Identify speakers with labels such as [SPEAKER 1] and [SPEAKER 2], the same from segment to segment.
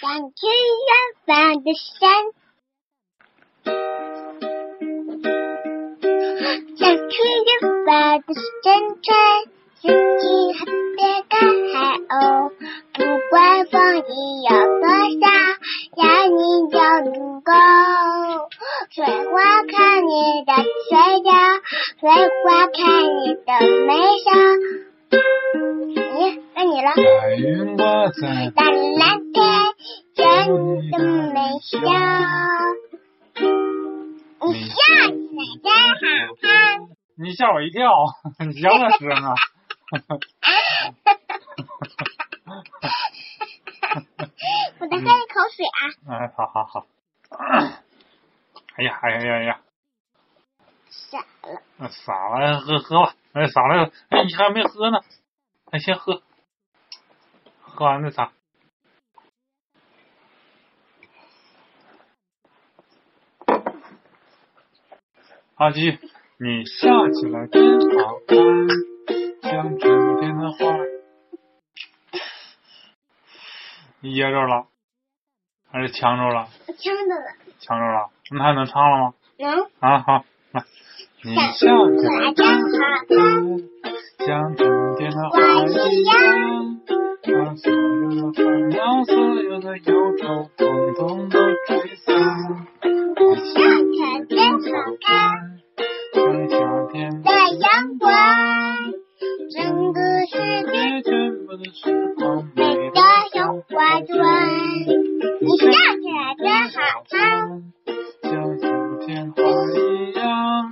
[SPEAKER 1] 饭吃呀饭的山，想吃呀饭的山川，自己还别干海鸥，不管风雨有多大，要你就足够。水花看你的嘴角，水花看你的眉梢。你，该你了。
[SPEAKER 2] 白云挂在
[SPEAKER 1] 大蓝天真的没笑，你笑起来真好看。
[SPEAKER 2] 你吓我一跳，你嚷嚷什么？
[SPEAKER 1] 我再喝一口水啊！
[SPEAKER 2] 哎，好好好。哎呀，哎呀哎呀哎呀，
[SPEAKER 1] 傻了，
[SPEAKER 2] 那洒了，喝喝吧。哎，洒了，哎，你还没喝呢，哎，先喝，喝完再洒。好，继续。你笑起来真好看，像春天的花。你噎着了，还是呛着了？
[SPEAKER 1] 我呛到了。
[SPEAKER 2] 呛着了，那还能唱了吗？
[SPEAKER 1] 嗯，
[SPEAKER 2] 啊，好，来，你
[SPEAKER 1] 想
[SPEAKER 2] 笑
[SPEAKER 1] 起
[SPEAKER 2] 起
[SPEAKER 1] 来
[SPEAKER 2] 来
[SPEAKER 1] 真
[SPEAKER 2] 真
[SPEAKER 1] 好
[SPEAKER 2] 好看，像春天的花一样，把所有的烦恼、所有的忧愁，统统都吹散。
[SPEAKER 1] 你笑起来真好看，，
[SPEAKER 2] 像夏天
[SPEAKER 1] 在阳光，整个世界
[SPEAKER 2] 最全部的时光，
[SPEAKER 1] 美
[SPEAKER 2] 美
[SPEAKER 1] 得
[SPEAKER 2] 得
[SPEAKER 1] 像
[SPEAKER 2] 像
[SPEAKER 1] 花
[SPEAKER 2] 花
[SPEAKER 1] 砖
[SPEAKER 2] 砖。。
[SPEAKER 1] 你笑起来真好看，
[SPEAKER 2] 像春天花一样，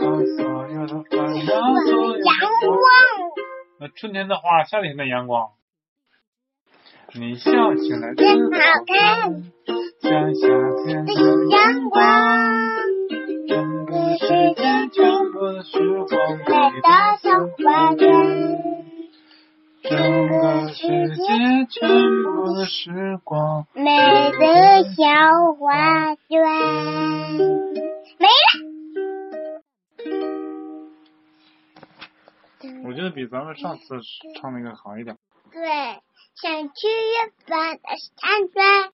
[SPEAKER 2] 把所有的烦恼、所有的
[SPEAKER 1] 阳
[SPEAKER 2] 忧愁。
[SPEAKER 1] 光。
[SPEAKER 2] 那春天的花，夏天的阳光。你笑起来
[SPEAKER 1] 真
[SPEAKER 2] 真
[SPEAKER 1] 好
[SPEAKER 2] 好
[SPEAKER 1] 看
[SPEAKER 2] 看，像夏天
[SPEAKER 1] 的
[SPEAKER 2] 的
[SPEAKER 1] 阳光
[SPEAKER 2] 阳光，，整个世界全部的时光
[SPEAKER 1] 美
[SPEAKER 2] 美
[SPEAKER 1] 得
[SPEAKER 2] 得
[SPEAKER 1] 像
[SPEAKER 2] 像
[SPEAKER 1] 花
[SPEAKER 2] 花
[SPEAKER 1] 砖
[SPEAKER 2] 砖，。整个世界全部的时光
[SPEAKER 1] 美的小花砖，没了。
[SPEAKER 2] 我觉得比咱们上次唱那个好一点。
[SPEAKER 1] 对，想吃一饭的山川，